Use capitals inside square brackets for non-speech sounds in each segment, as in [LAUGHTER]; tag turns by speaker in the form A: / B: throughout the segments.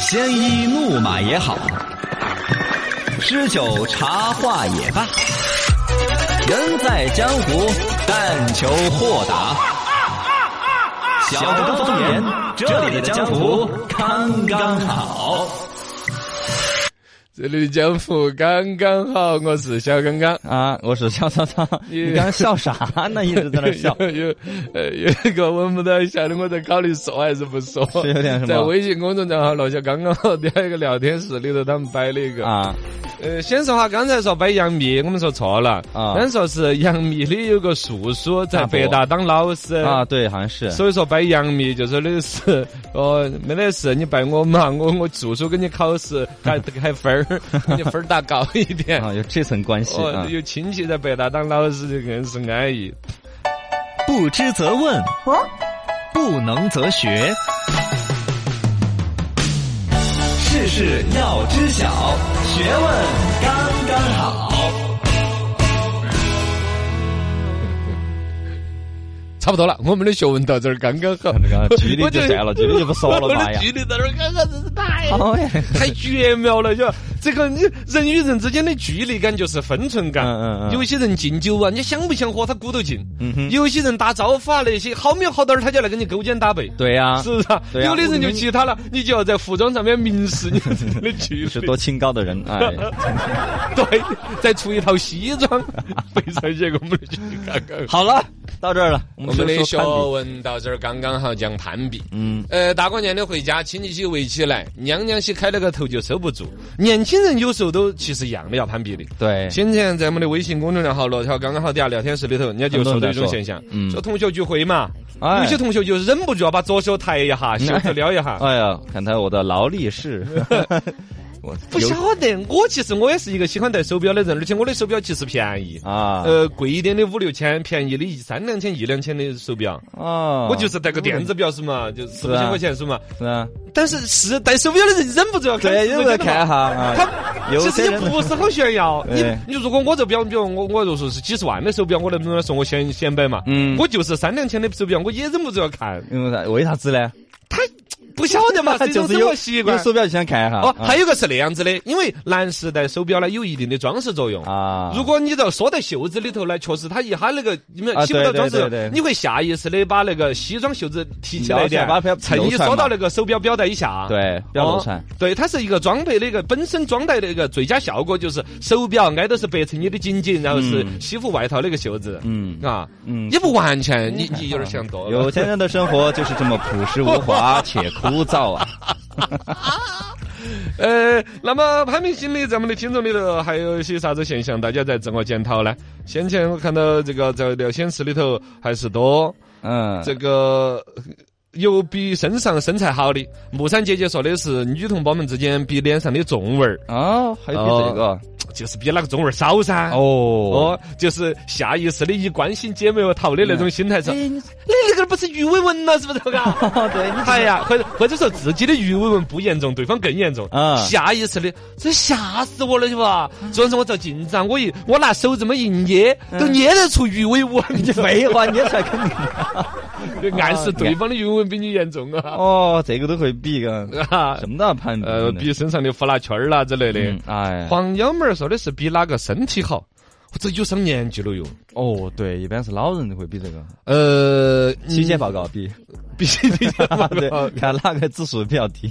A: 鲜衣怒马也好，诗酒茶话也罢，人在江湖，但求豁达。小刚方言，这里的江湖刚刚好。
B: 这里的江湖刚刚好，我是小刚刚。，
C: 啊，我是小草草，你刚刚笑啥呢？一直在那笑
B: [LAUGHS] 有呃有一个问不到笑的，我在考虑说还是不说。
C: [LAUGHS] 是有点什
B: 在
C: 么
B: 微信公众账号“楼下刚刚好”第二个聊天室里头，他们摆了一个。
C: 啊？
B: 呃，先说哈，刚才说摆杨幂，我们说错了。
C: 啊
B: 咱说是杨幂的有个叔叔在
C: 大伯
B: 北大当老师
C: 啊，。对，好像是。
B: 呃所以说摆杨幂就说的是，哦，没得事，你拜我嘛，我我叔叔给你考试还还分
C: [LAUGHS]
B: 儿，给你分儿打高一点。
C: 啊，有这层关系啊
B: 哦，！有亲戚在北大当老师就更是安逸。
A: 不知则问，不能则学。事事要知晓，学问刚刚好。
B: 差不多了，我们的学问到这儿刚 [LAUGHS] 刚好。
C: 这个距离就算了，距离就不说了
B: [LAUGHS] 我
C: 吧哎
B: 的
C: 呀
B: 距。离到这儿刚刚真是太 [LAUGHS]
C: 好呀，
B: 太绝妙了，就这个你人与人之间的距离感就是分寸感。
C: 嗯嗯嗯
B: 有些人敬酒啊，你想不想喝，他鼓都敬；
C: 嗯哼
B: 有些人打招呼啊那些，好没好点儿，他就来跟你勾肩搭背。
C: 对呀，
B: 是不是啊？
C: 对呀
B: 有的人就其他了，你就要在服装上面明示你自己的距 [LAUGHS]
C: 是
B: 离。
C: 多清高的人，哎，
B: [LAUGHS] 对，再出一套西装， [LAUGHS] 背上些我们的距离感刚好。
C: 好了，到这儿了，我
B: [LAUGHS] 我
C: 们
B: 们
C: 是
B: 的学
C: 说攀比，
B: 问到这儿刚刚好，讲攀比。
C: 嗯，
B: 呃，大过年的回家，亲戚些围起来，娘娘些开了个头就收不住。年轻人有时候都其实一样的要攀比的。
C: 对，
B: 先前在我们的微信公众号“罗条刚刚好”底下聊天室里头，人家就说到一种现象，
C: 嗯
B: 说同学聚会嘛，
C: 哎
B: 有些同学就忍不住要把左手抬一下，袖子撩一下。
C: 哎呀，看他我的劳力
B: [LAUGHS]
C: 士，我
B: 不
C: 有
B: 晓得，我其实我也是一个喜欢戴手表的人，而且我的手表其实便宜，
C: 啊，
B: 呃，贵一点的五六千，便宜的一三两千、一两千的手表，
C: 啊，
B: 我就是戴个电子表是嘛，就四五千
C: 啊
B: 块钱是嘛。
C: 是啊，
B: 但是是戴手表的人忍不住要看，
C: 对，又在看。哈啊，
B: 他
C: 有
B: 其
C: 些
B: 实也
C: 人
B: 不是好炫耀。你
C: [LAUGHS] 对
B: 你如果我这表，比如我我若说是几十万的手表，我能不能说我显显摆嘛？
C: 嗯
B: 我就是三两千的手表，我也忍不住要看。
C: 因为啥？为啥子呢？
B: 他不晓得嘛，是一
C: [LAUGHS] 就
B: 种
C: 是
B: 生
C: 有
B: 活习惯
C: 有。手表就想看哈。啊
B: 哦，还有个是那样子的，因为男士戴手表呢有一定的装饰作用。
C: 啊，
B: 如果你到缩在袖子里头呢，确实它一哈那个你们
C: 啊
B: 起不到
C: 对
B: 装饰
C: 对对对，
B: 你会下意识的把那个西装袖子提起来一点
C: 撩起来把，它
B: 衬衣
C: 流窜
B: 缩到
C: 嘛
B: 那个手表表带以下。
C: 对不要
B: 哦
C: 流传，
B: 对，它是一个装备的一个本身装戴的一个最佳效果，就是手表挨到是白衬衣的紧紧，然后是
C: 嗯
B: 西服外套那个袖子。
C: 嗯
B: 啊，
C: 嗯
B: 也不完全，你你有点想多了
C: 有。钱人的生 [LAUGHS] 活就是这么朴实无华且枯燥啊。
B: 呃，那么攀比心理，咱们的听众里头还有一些啥子现象，大家在自我检讨呢？先前我看到这个在聊天室里头还是多
C: 嗯，
B: 这个。有比身上身材好的，木山姐姐说的是女同胞们之间比脸上的皱纹儿，
C: 哦，还有比这个
B: 就是比哪个皱纹儿少噻。
C: 哦
B: 哦，就是下意识的以关心姐妹和淘的那种心态上，
C: 哎
B: 你
C: 你
B: 那个不是鱼尾纹了，是不是？ [LAUGHS] 嘎，
C: 哦，对，你
B: 哎呀，或者或者说自己的鱼尾纹不严重，对方更严重，
C: 啊
B: 下意识的，这吓死我了，是吧？主要是我照镜子啊，我一我拿手这么一捏，都捏得出鱼尾纹，
C: 你废话，啊你也才 [LAUGHS] 肯定。
B: 就暗示哦对方的鱼尾纹比你严重啊。
C: 哦，这个都会比个，
B: [LAUGHS] 啊
C: 什么都要攀比。
B: 呃，比身上的呼啦圈儿啦之类
C: 嗯
B: 的。
C: 哎，
B: 黄幺妹儿说的是比哪个身体好，这又上年纪了哟。
C: 哦，对，一般是老人会比这个
B: 呃，
C: 体检
B: [LAUGHS] 嗯
C: 报告比，
B: 必须体检
C: [LAUGHS]
B: 报
C: 对
B: 告，，
C: 看哪个指数比较低。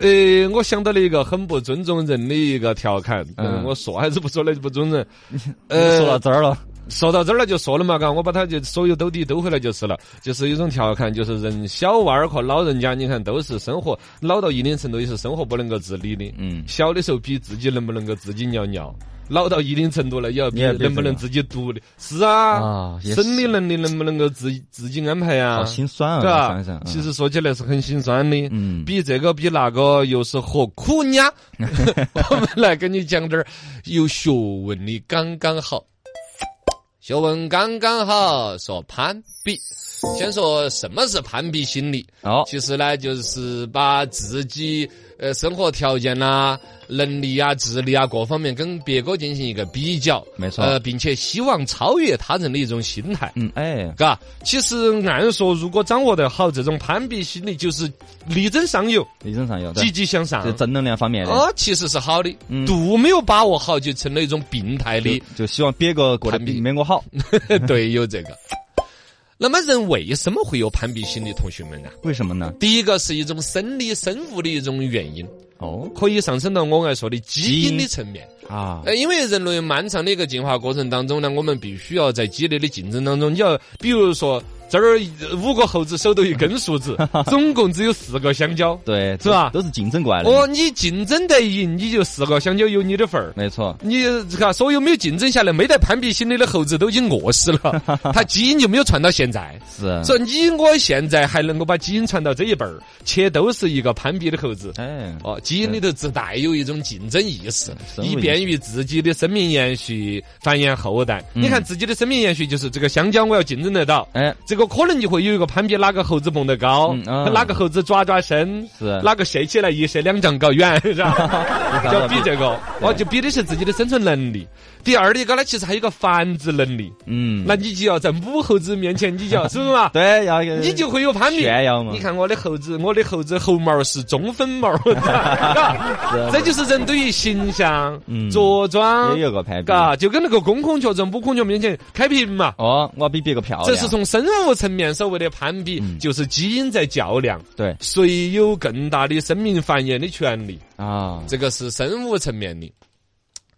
B: 呃，我想到了一个很不尊重人的一个调侃，
C: 嗯
B: 嗯，我说还是不说了就不
C: [LAUGHS]
B: 尊重。
C: 说到
B: 呃，
C: 这儿了，
B: 说到这儿了就说了嘛，嘎，我把它就所有兜底兜回来就是了，就是一种调侃，就是人小娃儿和老人家，你看都是生活老到一定程度也是生活不能够自理的，
C: 嗯
B: 小的时候比自己能不能够自己尿尿。老到一定程度了，也要比
C: 也要比
B: 能不能
C: 这个
B: 自己独立。是啊
C: 啊，也
B: 生
C: 是
B: 理能力能不能够自己自己安排啊
C: 好？心酸
B: 对
C: 啊，
B: 吧
C: 想想。？嗯
B: 其实说起来是很心酸的。
C: 嗯
B: 比这个比那个又是何苦呢？我们来跟你讲点儿有学问的刚刚好，学问刚刚好，说攀比。先说什么是攀比心理？
C: 哦
B: 其实呢，就是把自己呃生活条件啦、能力啊、智力啊各方面跟别个进行一个比较，
C: 没错
B: 呃，并且希望超越他人的一种心态。
C: 嗯，哎，
B: 嘎，其实按说，如果掌握得好，这种攀比心理就是力争上游、
C: 理论上有，对
B: 积极向上
C: 这。正能量方面的，
B: 啊，其实是好的
C: 嗯，
B: 度没有把握好，就成了一种病态的
C: 就就希望别个过得
B: 攀比
C: 比没我好，
B: [LAUGHS] 对，有这个。那么人为什么会有攀比心理？同学们啊，
C: 为什么呢？
B: 第一个是一种生理生物的一种原因，
C: 哦
B: 可以上升到我爱说的基因的层面。
C: 啊，
B: 呃，因为人类漫长的一个进化过程当中呢，我们必须要在激烈的竞争当中，你要比如说这儿五个猴子手头一根
C: [LAUGHS]
B: 树枝，总共只有四个香蕉。
C: 对，
B: 是吧
C: 都是竞争过来的，
B: 哦，你竞争得赢，你就四个香蕉有你的份儿。
C: 没错，
B: 你看，所有没有竞争下来、没得攀比心理的猴子都已经饿死了，
C: [LAUGHS]
B: 它基因就没有传到现在。
C: 是，
B: 所以你我现在还能够把基因传到这一辈儿，且都是一个攀比的猴子。
C: 哎，
B: 哦，基因里头自带有一种竞争意识，
C: 嗯生物
B: 以
C: 意识嗯
B: 便于自己的生命延续、繁衍后代。你看自己的生命延续，就是这个香蕉我要竞争得到，
C: 哎，
B: 这个可能就会有一个攀比，哪个猴子蹦得高，
C: 嗯啊
B: 哪个猴子爪爪深，
C: 是
B: 哪个射起来一射两丈高远，是
C: [LAUGHS]
B: 吧？就要比这个，哦，就比的是自己的生存能力。第二的一个呢，其实还有一个繁殖能力，
C: 嗯，
B: 那你就要在母猴子面前，你就要是不是嘛？
C: 对，要一个
B: 你就会有攀比。
C: 炫耀嘛
B: 你看我的猴子，我的猴子猴毛是中分毛， [LAUGHS] 嘎，这就是人对于形象、
C: 啊嗯
B: 着装
C: 也，有个攀比，
B: 嘎，就跟那个公孔雀在母孔雀面前开屏嘛。
C: 哦，我比别个漂亮，
B: 这是从生物层面所谓的攀比，
C: 嗯
B: 就是基因在较量，
C: 对
B: 谁有更大的生命繁衍的权利，
C: 啊，
B: 这个是生物层面的。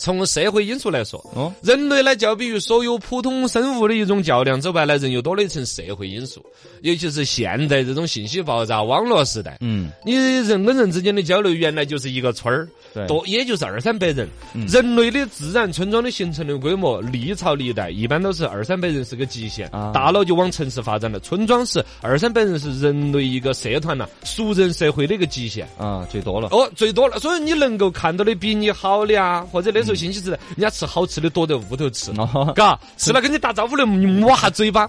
B: 从社会因素来说，
C: 哦，
B: 人类呢，较比于所有普通生物的一种较量之外呢，人又多了一层社会因素，尤其是现在这种信息爆炸、网络时代。
C: 嗯，
B: 你人跟人之间的交流，原来就是一个村儿，
C: 对，嗯
B: 多也就是二三百人。人类的自然村庄的形成的规模，历朝历代一般都是二三百人是个极限
C: 啊，
B: 大了就往城市发展了。村庄是二三百人是人类一个社团呐、熟人社会的一个极限。
C: 啊，最多了，
B: 哦，最多了，所以你能够看到的比你好的啊，或者那
C: 嗯
B: 时候信息时代，人家吃好吃的躲在屋头吃，
C: 哦，
B: 嘎，吃了跟你打招呼的抹下
C: [LAUGHS]
B: 嘴巴。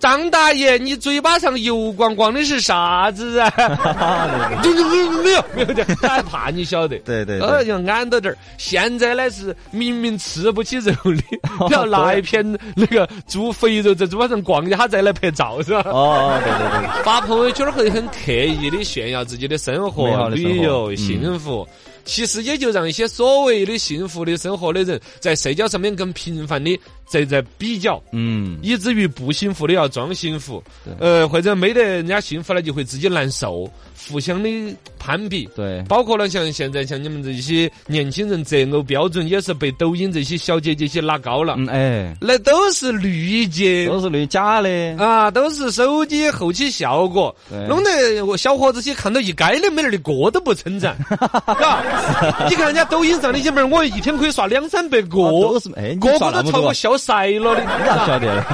B: 张大爷，你嘴巴上油光光的是啥子
C: [LAUGHS]
B: 啊？就就没有没有没有的，他还怕你晓得。
C: [LAUGHS] 对对
B: 呃，
C: 对，
B: 要安到点儿。现在呢是明明吃不起肉的，
C: [LAUGHS]
B: 要拿一片那个猪肥肉在猪巴上逛一下再来拍照，是吧？
C: 哦，对对对，
B: 发朋友圈会很刻意的炫耀自己的生
C: 美
B: 活、
C: 好的生活
B: 旅游、
C: 嗯
B: 幸福。其实也就让一些所谓的幸福的生活的人，在社交上面更频繁的在在比较，
C: 嗯，
B: 以至于不幸福的要装幸福
C: 对，
B: 呃，或者没得人家幸福了就会自己难受，互相的攀比。
C: 对，
B: 包括了像现在像你们这些年轻人择偶标准也是被抖音这些小姐姐些拉高了，
C: 嗯，哎，
B: 那都是滤镜，
C: 都是那假的，
B: 啊，都是手机后期效果，
C: 对
B: 弄得我小伙子些看到一街的妹儿的个都不
C: [LAUGHS]
B: 称赞，嘎！你看人家抖音上那些妹儿，我一天可以刷两三百个，
C: 啊都是哎，你
B: 个
C: 耍
B: 个
C: 那
B: 都
C: 么
B: 朝
C: 多
B: 我，笑晒了
C: [LAUGHS]
B: 的。
C: 你咋晓得的？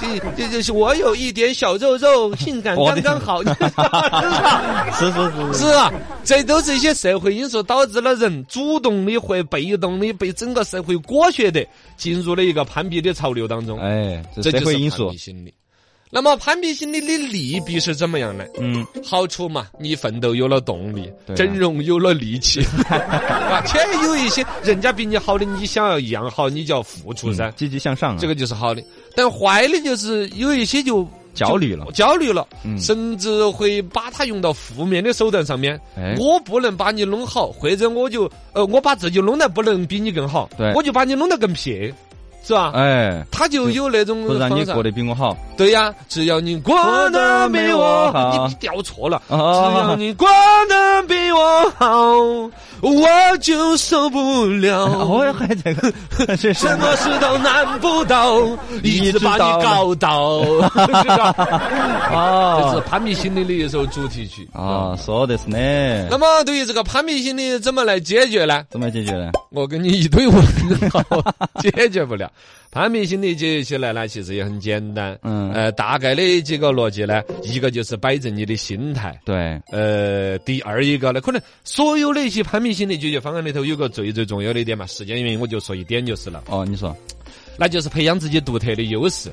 B: 这这这是我有一点小肉肉，性感
C: 我
B: 刚
C: 的
B: 刚好， [LAUGHS] 是
C: [LAUGHS]
B: 吧？
C: 是是是，
B: 是啊，这都是一些社会因素导致了人主动的或被动的被整个社会裹挟的进入了一个攀比的潮流当中，
C: 哎，这
B: 这
C: 社
B: 就是
C: 会因
B: 攀
C: 素
B: 比，心理。那么攀比心理的利弊是怎么样呢？
C: 嗯，
B: 好处嘛，你奋斗有了动力，
C: 对啊
B: 整容有了力
C: [LAUGHS]
B: 气，啊，且有一些人家比你好的，你想要一样好，你就要付出噻，
C: 积极向上啊，
B: 这
C: 个
B: 个就是好的。但坏的就是有一些就
C: 焦虑了，
B: 焦虑了，
C: 嗯
B: 甚至会把它用到负面的手段上面。
C: 哎
B: 我不能把你弄好，或者我就呃，我把自己弄得不能比你更好，
C: 对
B: 我就把你弄得更撇，是吧？
C: 哎，
B: 他就有那种
C: 不然你
B: 方式
C: 过得比我好，
B: 对呀，只要你过得比我好，你调错了。只要
C: 哦，
B: 你过得比我好，我就受不
C: [LAUGHS]
B: 了。
C: 啊我还这个，这是
B: 什么事都难不倒，一直把你搞倒。 [LAUGHS] 是吧这是
C: 啊
B: 攀比心理的一首主题曲。
C: 啊，说的是呢
B: 那，么，对于这个攀比心理怎么来解决呢？
C: 怎么解决呢？
B: 我跟你一堆问号，解决不了。攀比心理解决起来呢，其实也很简单。
C: 嗯
B: 呃，大概的几个逻辑呢，一个就是摆正你的心态。
C: 对，
B: 呃，第二一个呢，可能所有的一些攀比心理解决方案里头，有个最最重要的一点嘛，时间原因我就说一点就是了，
C: 哦，你说，
B: 那就是培养自己独特的优势。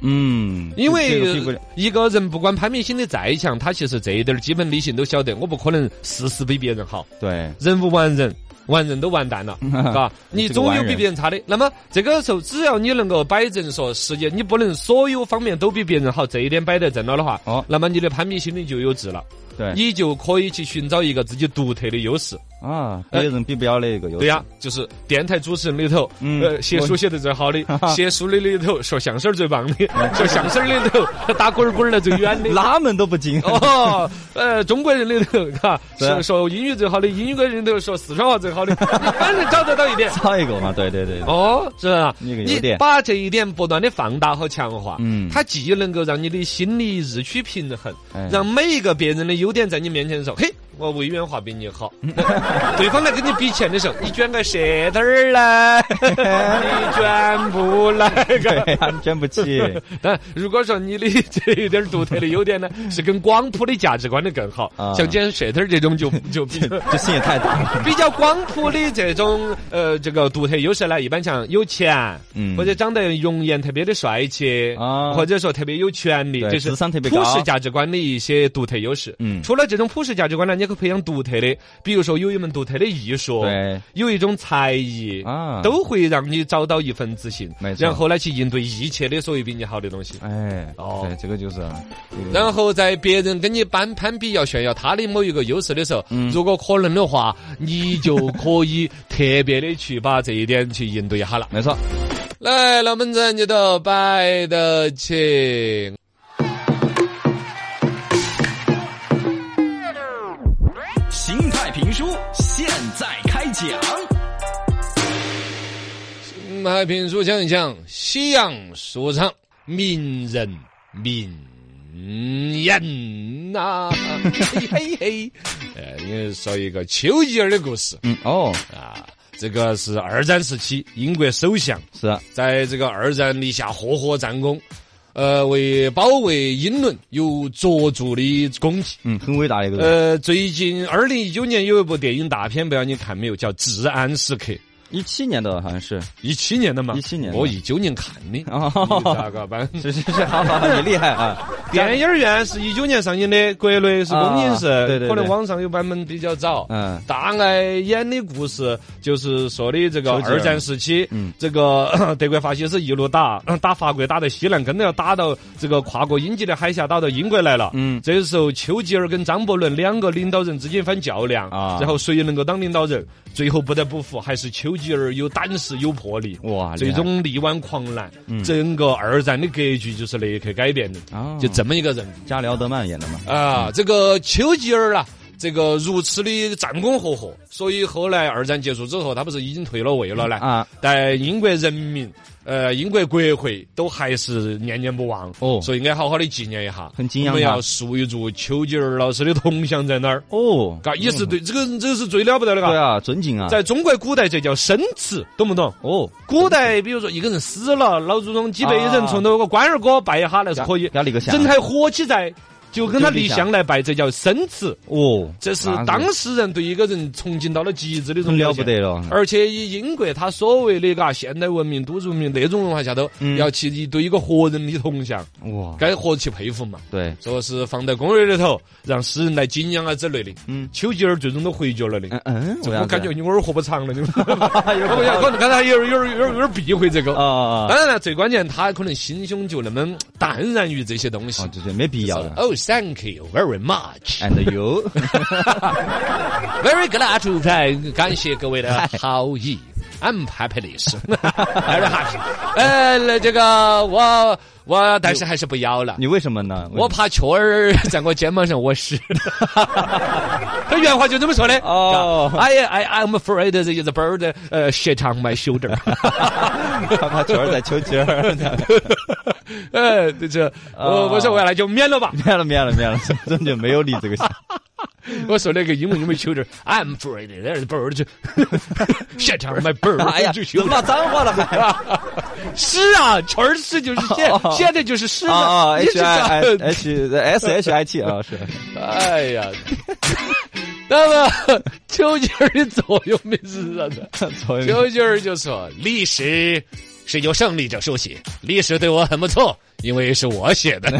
C: 嗯，
B: 因
C: 这个屁股
B: 为一个人不管攀比心理再强，他其实这一点儿基本理性都晓得，我不可能事事比别人好，
C: 对，
B: 人无完人。完人都完蛋了，嘎！你总有比别人差的。那么这个时候，只要你能够摆正说世界，你不能所有方面都比别人好，这一点摆得正了的话，
C: 哦哎
B: 那么你的攀比心理就有治了，
C: 对，
B: 你就可以去寻找一个自己独特的优势。
C: 啊，别人比不了的一个优势。
B: 对啊呀、就是电台主持人里头，
C: 嗯
B: 呃，写书写得最好的，写书的里头说相声儿最棒的，说相声儿里头打滚儿滚儿的最远的。
C: 拉门都不进。
B: [LAUGHS] 哦，呃，中国人里
C: [LAUGHS]
B: 头，嘎，
C: 对啊
B: 说说英语最好的，英语人里头说四川话
C: [LAUGHS]
B: 最好的，你反正找得到一点。
C: 操一个嘛，对对对，
B: [LAUGHS] 哦，是吧？
C: 那个有
B: 你
C: 点
B: 把这一点不断的放大和强化，
C: 嗯
B: 它既能够让你的心理日趋平衡，
C: 哎
B: 让每一个别人的优点在你面前的时候，嘿，我魏远华比你好， [LAUGHS] 对方来跟你比钱的时候，你卷个舌头儿来，
C: [LAUGHS]
B: 你卷不来。嘎
C: 对呀，你卷不起。
B: [LAUGHS] 但如果说你的这一点独特的优点呢，是跟广谱的价值观的更好，
C: 啊
B: 像卷舌头儿这种就
C: [LAUGHS]
B: 就比
C: 这心也太大
B: [LAUGHS]
C: 了。
B: 比较广谱的这种呃这个独特优势呢，一般像有钱，
C: 嗯
B: 或者长得容颜特别的帅气
C: 啊
B: 或者说特别有权利，
C: 对
B: 这是
C: 智商特别
B: 普
C: 高
B: 世价值观的一些独特优势。
C: 嗯
B: 除了这种普世价值观呢，你也可以培养独特的，比如说有一门独特的艺术，
C: 对，
B: 有一种才艺
C: 啊
B: 都会让你找到一份自信
C: 没，错
B: 然后呢去应对一切的所有比你好的东西。
C: 哎，
B: 哦
C: 对，这个就是。
B: 然后在别人跟你攀攀比要炫耀他的某一个优势的时候，
C: 嗯
B: 如果可能的话，你就可以特别的去把这一点去应对一下了。
C: 没错，
B: 来，老们子你都摆得起。
A: 心态评书现在开讲。
B: 海评嗯书讲一讲西洋书场名人名言呐、嘿嘿嘿，呃，你说一个丘吉尔的故事
C: 嗯，哦，
B: 啊，这个是二战时期英国首相。
C: 是啊，
B: 在这个二战立下赫赫战功，呃，为保卫英伦有卓著的功绩。
C: 嗯，很伟大的一个人。
B: 呃，最近二零一九年有一部电影大片，不知道你看没有，叫《治安时刻》，
C: 一七年的好像是，
B: 一七年的嘛，
C: 17年的
B: 我一九年看的，
C: 哦
B: 咋个办？
C: 是是是，好好好，你厉害啊！
B: 电影院是一九年上映的，国内是公映式，
C: 啊对对对
B: 可能网上有版本比较早。
C: 嗯
B: 大爱演的故事就是说的这个
C: 丘吉尔
B: 二战时期，
C: 嗯
B: 这个 [COUGHS] 咳德国法西斯一路打咳打法国，打到西南，跟着要打到这个跨过英吉利海峡，打到英国来了。
C: 嗯
B: 这时候丘吉尔跟张伯伦两个领导人之间一番较量，
C: 啊
B: 然后谁能够当领导人，最后不得不服，还是丘吉尔有胆识有魄力。
C: 哇，
B: 最
C: 厉害嗯
B: 终力挽狂澜，整个二战的格局就是那一刻改变的，
C: 哦
B: 就这么一个人
C: 加里奥德曼演的嘛。
B: 啊。这个丘吉尔啊，这个如此的战功赫赫，所以后来二战结束之后，他不是已经退了位了呢？
C: 啊，
B: 但英国人民，呃，英国国会都还是念念不忘，
C: 哦
B: 所以应该好好的纪念一下。
C: 很敬仰
B: 我们
C: 他
B: 要树一株丘吉尔老师的铜像在那儿，
C: 哦，
B: 嘎，也是对这个人，这个是最了不得的，
C: 对
B: 嘎。
C: 啊，尊敬啊。
B: 在中国古代，这叫生祠，懂不懂？
C: 哦，
B: 古代比如说一个人死了，老祖宗几辈人
C: 啊
B: 从头个官二哥拜一下那是可以，
C: 要立个像
B: 整。台火起在，就跟他
C: 就立
B: 立
C: 像
B: 像来拜，这叫生祠。
C: 哦，
B: 这是
C: 那个
B: 当事人对一个人崇敬到了嗯极致的一种
C: 很
B: 表
C: 了
B: 现
C: 不得了。
B: 而且以英国他所谓的嘎现代文明、都市文明那种文化下头，
C: 嗯
B: 要去一对一个活人的铜像，
C: 哇，
B: 该何其佩服嘛！
C: 对，
B: 说是放在公园里头，让诗人来敬仰啊之类的。
C: 嗯
B: 丘吉尔最终都回绝了的。
C: 嗯嗯，为啥
B: 我
C: 子
B: 感觉你我儿活不长了， [LAUGHS] 你们。
C: 有
B: 我想可能刚才有点有点有点有点避讳这个。
C: 啊啊啊
B: 当然了，最关键他可能心胸就那么淡然于这些东西
C: 哦，。对对，没必要的。
B: Oh, thank you very much. [LAUGHS]
C: And you，
B: Very glad to try. 感谢各位的好意。I'm happy 的是 [LAUGHS] ，very happy。呃，那这个我我但是还是不要了，
C: 你为什么呢？
B: 我怕雀儿在我肩膀上窝屎。 [LAUGHS] 他原话就这么说的。哎
C: 哦。
B: I I I'm afraid that the bird 呃 shit on my shoulder
C: 怕怕球儿在球球
B: [LAUGHS]
C: 儿，
B: 呃，这这，我我说我来就免了吧。
C: 灭了灭了灭了，真就没有立这个
B: [LAUGHS]
C: 像。
B: 我说那个英文有没有求点？I'm afraid there's bird [LAUGHS] 现场 my bird
C: 哎 [LAUGHS] 呀，
B: 就
C: 怎
B: 求
C: 么骂脏话了 [LAUGHS] 还？
B: 是啊，词儿是就是现
C: 哦哦
B: 现在就是是
C: 啊啊
B: 一直
C: ，H
B: 在
C: I H S H I T 啊，是
B: 哎呀， [LAUGHS] 那么丘吉尔的作用没啊是啥子？
C: 所以
B: 丘吉尔就说：“历史是由胜利者书写，历史对我很不错，因为是我
C: [LAUGHS]
B: 写的，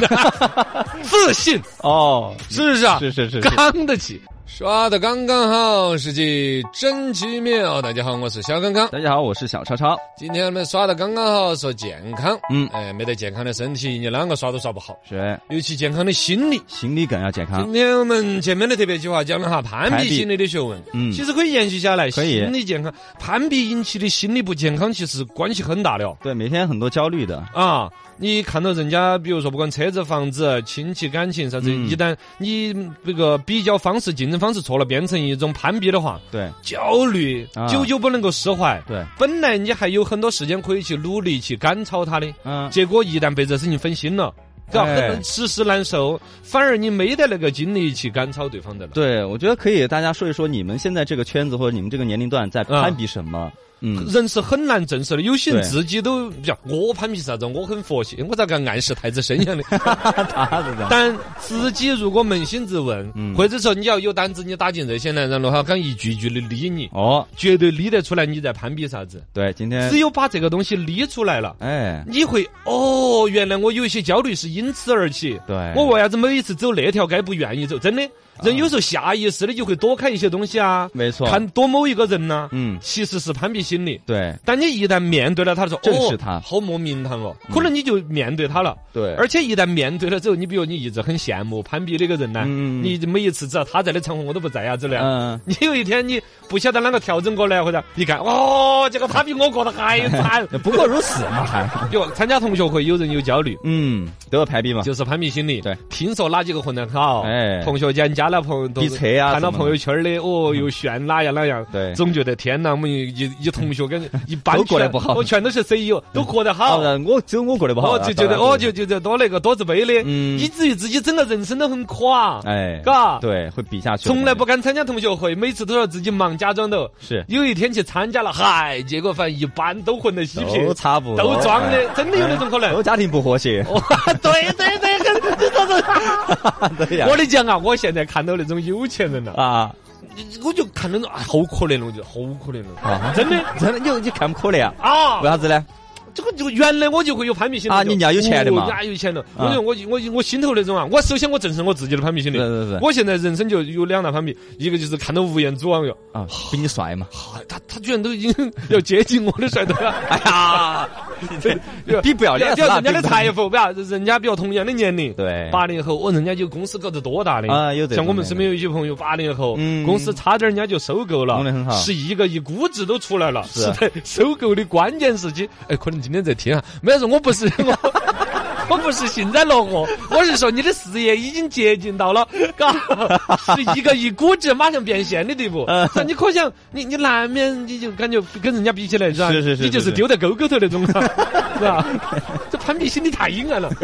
B: 自信
C: 哦，
B: 是不是啊？
C: 是是是是
B: 刚得起，刷的刚刚好，实际真奇妙。大家好，我是小刚刚。
C: 大家好，我是小超超。
B: 今天我们刷的刚刚好，说健康，
C: 嗯
B: 哎，没得健康的身体，你啷个刷都刷不好，
C: 是
B: 尤其健康的心理。
C: 心理更要健康
B: 今，天我们前面的特别计划讲了哈攀
C: 攀
B: 比
C: 比
B: 心理的学问，
C: 嗯
B: 其实可以延续下来，
C: 可以
B: 心理健康，攀比引起的心理不健康其实关系很大的哦。
C: 对，每天很多焦虑的，
B: 啊，你看到人家，比如说不管车子、房子、亲戚感情啥子，
C: 嗯
B: 一旦你这个比较方式、竞争方式错了，变成一种攀比的话，
C: 对
B: 焦虑
C: 啊
B: 久久不能够释怀。
C: 对，
B: 本来你还有很多时间可以去努力去赶超他的，
C: 嗯，
B: 结果一旦被这事情分心了，嘎
C: 哎，
B: 时时难受，反而你没得那个精力去赶超对方的了。
C: 对，我觉得可以，大家说一说你们现在这个圈子或者你们这个年龄段在攀比什么？嗯，
B: 人是很难震慑的，有些人
C: 对
B: 自己都呀，我攀比啥子？我很佛系，我咋个暗示太子深
C: [LAUGHS]
B: 一样的？
C: 他子的，
B: 但自己如果扪心自问，
C: 嗯
B: 或者说你要有胆子，你打进热线来，然后他敢一句一句的理你，
C: 哦，
B: 绝对理得出来你在攀比啥子。
C: 对，今天
B: 只，有把这个东西理出来了。
C: 哎，
B: 你会哦，原来我有一些焦虑是因此而起。
C: 对啊
B: 我为啥子每一次走那条街不愿意走？真的，人有时候下意识的就会躲开一些东西啊，
C: 没错，
B: 看躲某一个人呐、
C: 嗯，
B: 其实是攀比心理。
C: 对
B: 但你一旦面对了他，说
C: 正
B: 哦
C: 视他嗯
B: 好莫名堂哦，可能你就面对他了。
C: 对，
B: 而且一旦面对了之后，你比如你一直很羡慕攀比那个人呢，
C: 嗯
B: 你每一次只要他在的场合我都不在呀之类的。
C: 嗯，
B: 你有一天你不晓得啷个调整过来，或者一看，哦，这个他比我过得还
C: [LAUGHS]
B: 惨。
C: 不过如此嘛，还，
B: 就参加同学会，有人有焦虑，
C: [LAUGHS] 嗯，都要排比嘛，
B: [LAUGHS] 就是攀比心理。
C: 对，
B: 听说哪几个混得好，
C: 哎
B: 同学间加了朋友，
C: 比车啊
B: 看
C: 什么的
B: 到
C: 嗯
B: 朋友圈的，哦，又炫哪样哪样，
C: 对
B: 总觉得天哪，我们一一一同学跟
C: [LAUGHS]
B: 一般
C: 都过得
B: 全
C: 不好嗯
B: 我全都是 CEO，都过得
C: 好
B: 好。
C: 的，啊我只有我过得不好
B: 我
C: 啊，
B: 就觉得，
C: 当然
B: 哦哦，就就就多那个多自卑的，
C: 嗯
B: 以至于自己整个人生都很垮，
C: 哎，
B: 嘎
C: 对，会比下去的感觉，
B: 从来不敢参加同学会，每次都说自己忙，假装的。
C: 是
B: 有一天去参加了，嗨，结果反正一般都混得稀皮，
C: 都差不多
B: 都装的，
C: 哎
B: 真的有那种可能
C: 都。家庭不和谐， [LAUGHS]
B: 哇，对对对，很你说这。
C: 对呀
B: 我，的讲啊，我现在看到那种有钱人了，
C: 啊
B: 我就看那种啊，好可怜了，我觉得好可怜了，
C: 啊，
B: 真的
C: 真的，你你看不可怜啊？
B: 啊
C: 为。啥子呢？
B: 这个就原来我就会有攀比心理
C: 啊
B: 就
C: 你家有钱的嘛
B: 哦人家有钱了，
C: 啊
B: 我就我就我就我心头那种啊，我首先我正视我自己的攀比心理
C: 对。对对，
B: 我现在人生就有两大攀比，一个就是看到吴彦祖网友，
C: 啊，比你帅嘛，
B: 哈他他居然都已经 [LAUGHS] 要接近我的帅度了，
C: [LAUGHS] 哎
B: [LAUGHS]
C: 呀，比不要
B: 要
C: 脸
B: 要
C: 是吧，
B: 人家的
C: 比不
B: 财富，不要人家比我同样的年龄，
C: 对
B: 八零后，哦，人家就公司搞得多大的
C: 啊有这种
B: 像我们身边有一些朋友八零后，
C: 嗯
B: 公司差点人家就收购了，
C: 弄得很好
B: 十一个亿估值都出来了，
C: 是啊
B: 是在收购的关键时期，哎，可能今天在听啊，没事，我不是 [LAUGHS] 我。我不是幸灾乐祸，我是说你的事业已经接近到了，嘎，是一个亿估值马上变现的地步
C: 嗯。
B: 那你可想，你你难免你就感觉跟人家比起来是吧？
C: 是是是
B: 你就是是
C: 是
B: 丢在沟沟头那种
C: [LAUGHS]
B: 啊，是吧？这攀比心理太阴暗了。 [LAUGHS]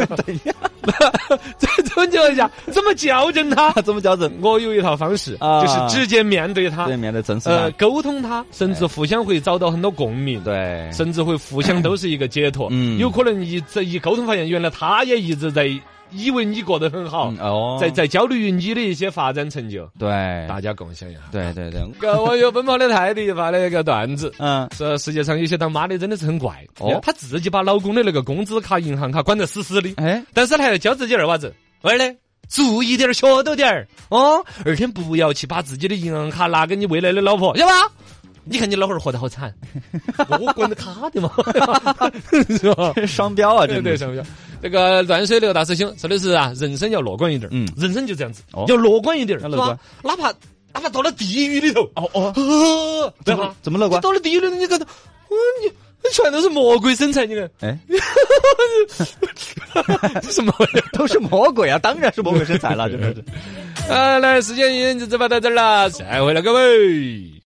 B: 这种情况下怎么矫正他？
C: 啊怎么矫正？
B: 我有一套方式，
C: 啊
B: 就是直接面对他
C: 对，面对真实
B: 呃，
C: 的，
B: 沟通他，甚至互相会找到很多共鸣。。
C: 对，
B: 甚至会互相都是一个解脱，
C: 嗯
B: 有可能一这一沟通发现，原来他也一直在以为你过得很好
C: 嗯，哦，哎
B: 在在焦虑于你的一些发展成就，
C: 对，
B: 大家共享一下。 [LAUGHS]
C: 对对对，
B: 各位有奔跑的泰迪发了一个段子，
C: 嗯，
B: 说世界上有些当妈的真的是很怪，
C: 哦
B: 她自己把老公的那个工资卡、银行卡管得死死的，
C: 哎，
B: 但是他还要教自己二娃子，娃儿呢，注意点儿，学到点儿哦。二天不要去把自己的银行卡拿给你未来的老婆，要吧？你看你老汉儿活得好惨，我管得卡的嘛， [LAUGHS] 是吧？
C: [LAUGHS] 双标啊，
B: 对
C: 真
B: 对，
C: 的，
B: 上不上？这个乱水流大师兄说的是啊，人生要乐观一点儿，
C: 嗯
B: 人生就这样子，
C: 哦
B: 要乐观一点儿，
C: 要
B: 是
C: 乐观
B: 吧？哪怕哪怕到了地狱里头，
C: 哦哦，
B: 哦，对
C: 怎
B: 吧
C: 么？怎么乐观
B: 你？到了地狱里头，你看到，嗯，你你全都是魔鬼身材，你看
C: 哎，
B: 这什么玩意儿？
C: 都是魔鬼啊，当然是魔鬼身材了，真的是。
B: 啊，来，时间已经就这么到这儿了，再会了，各位。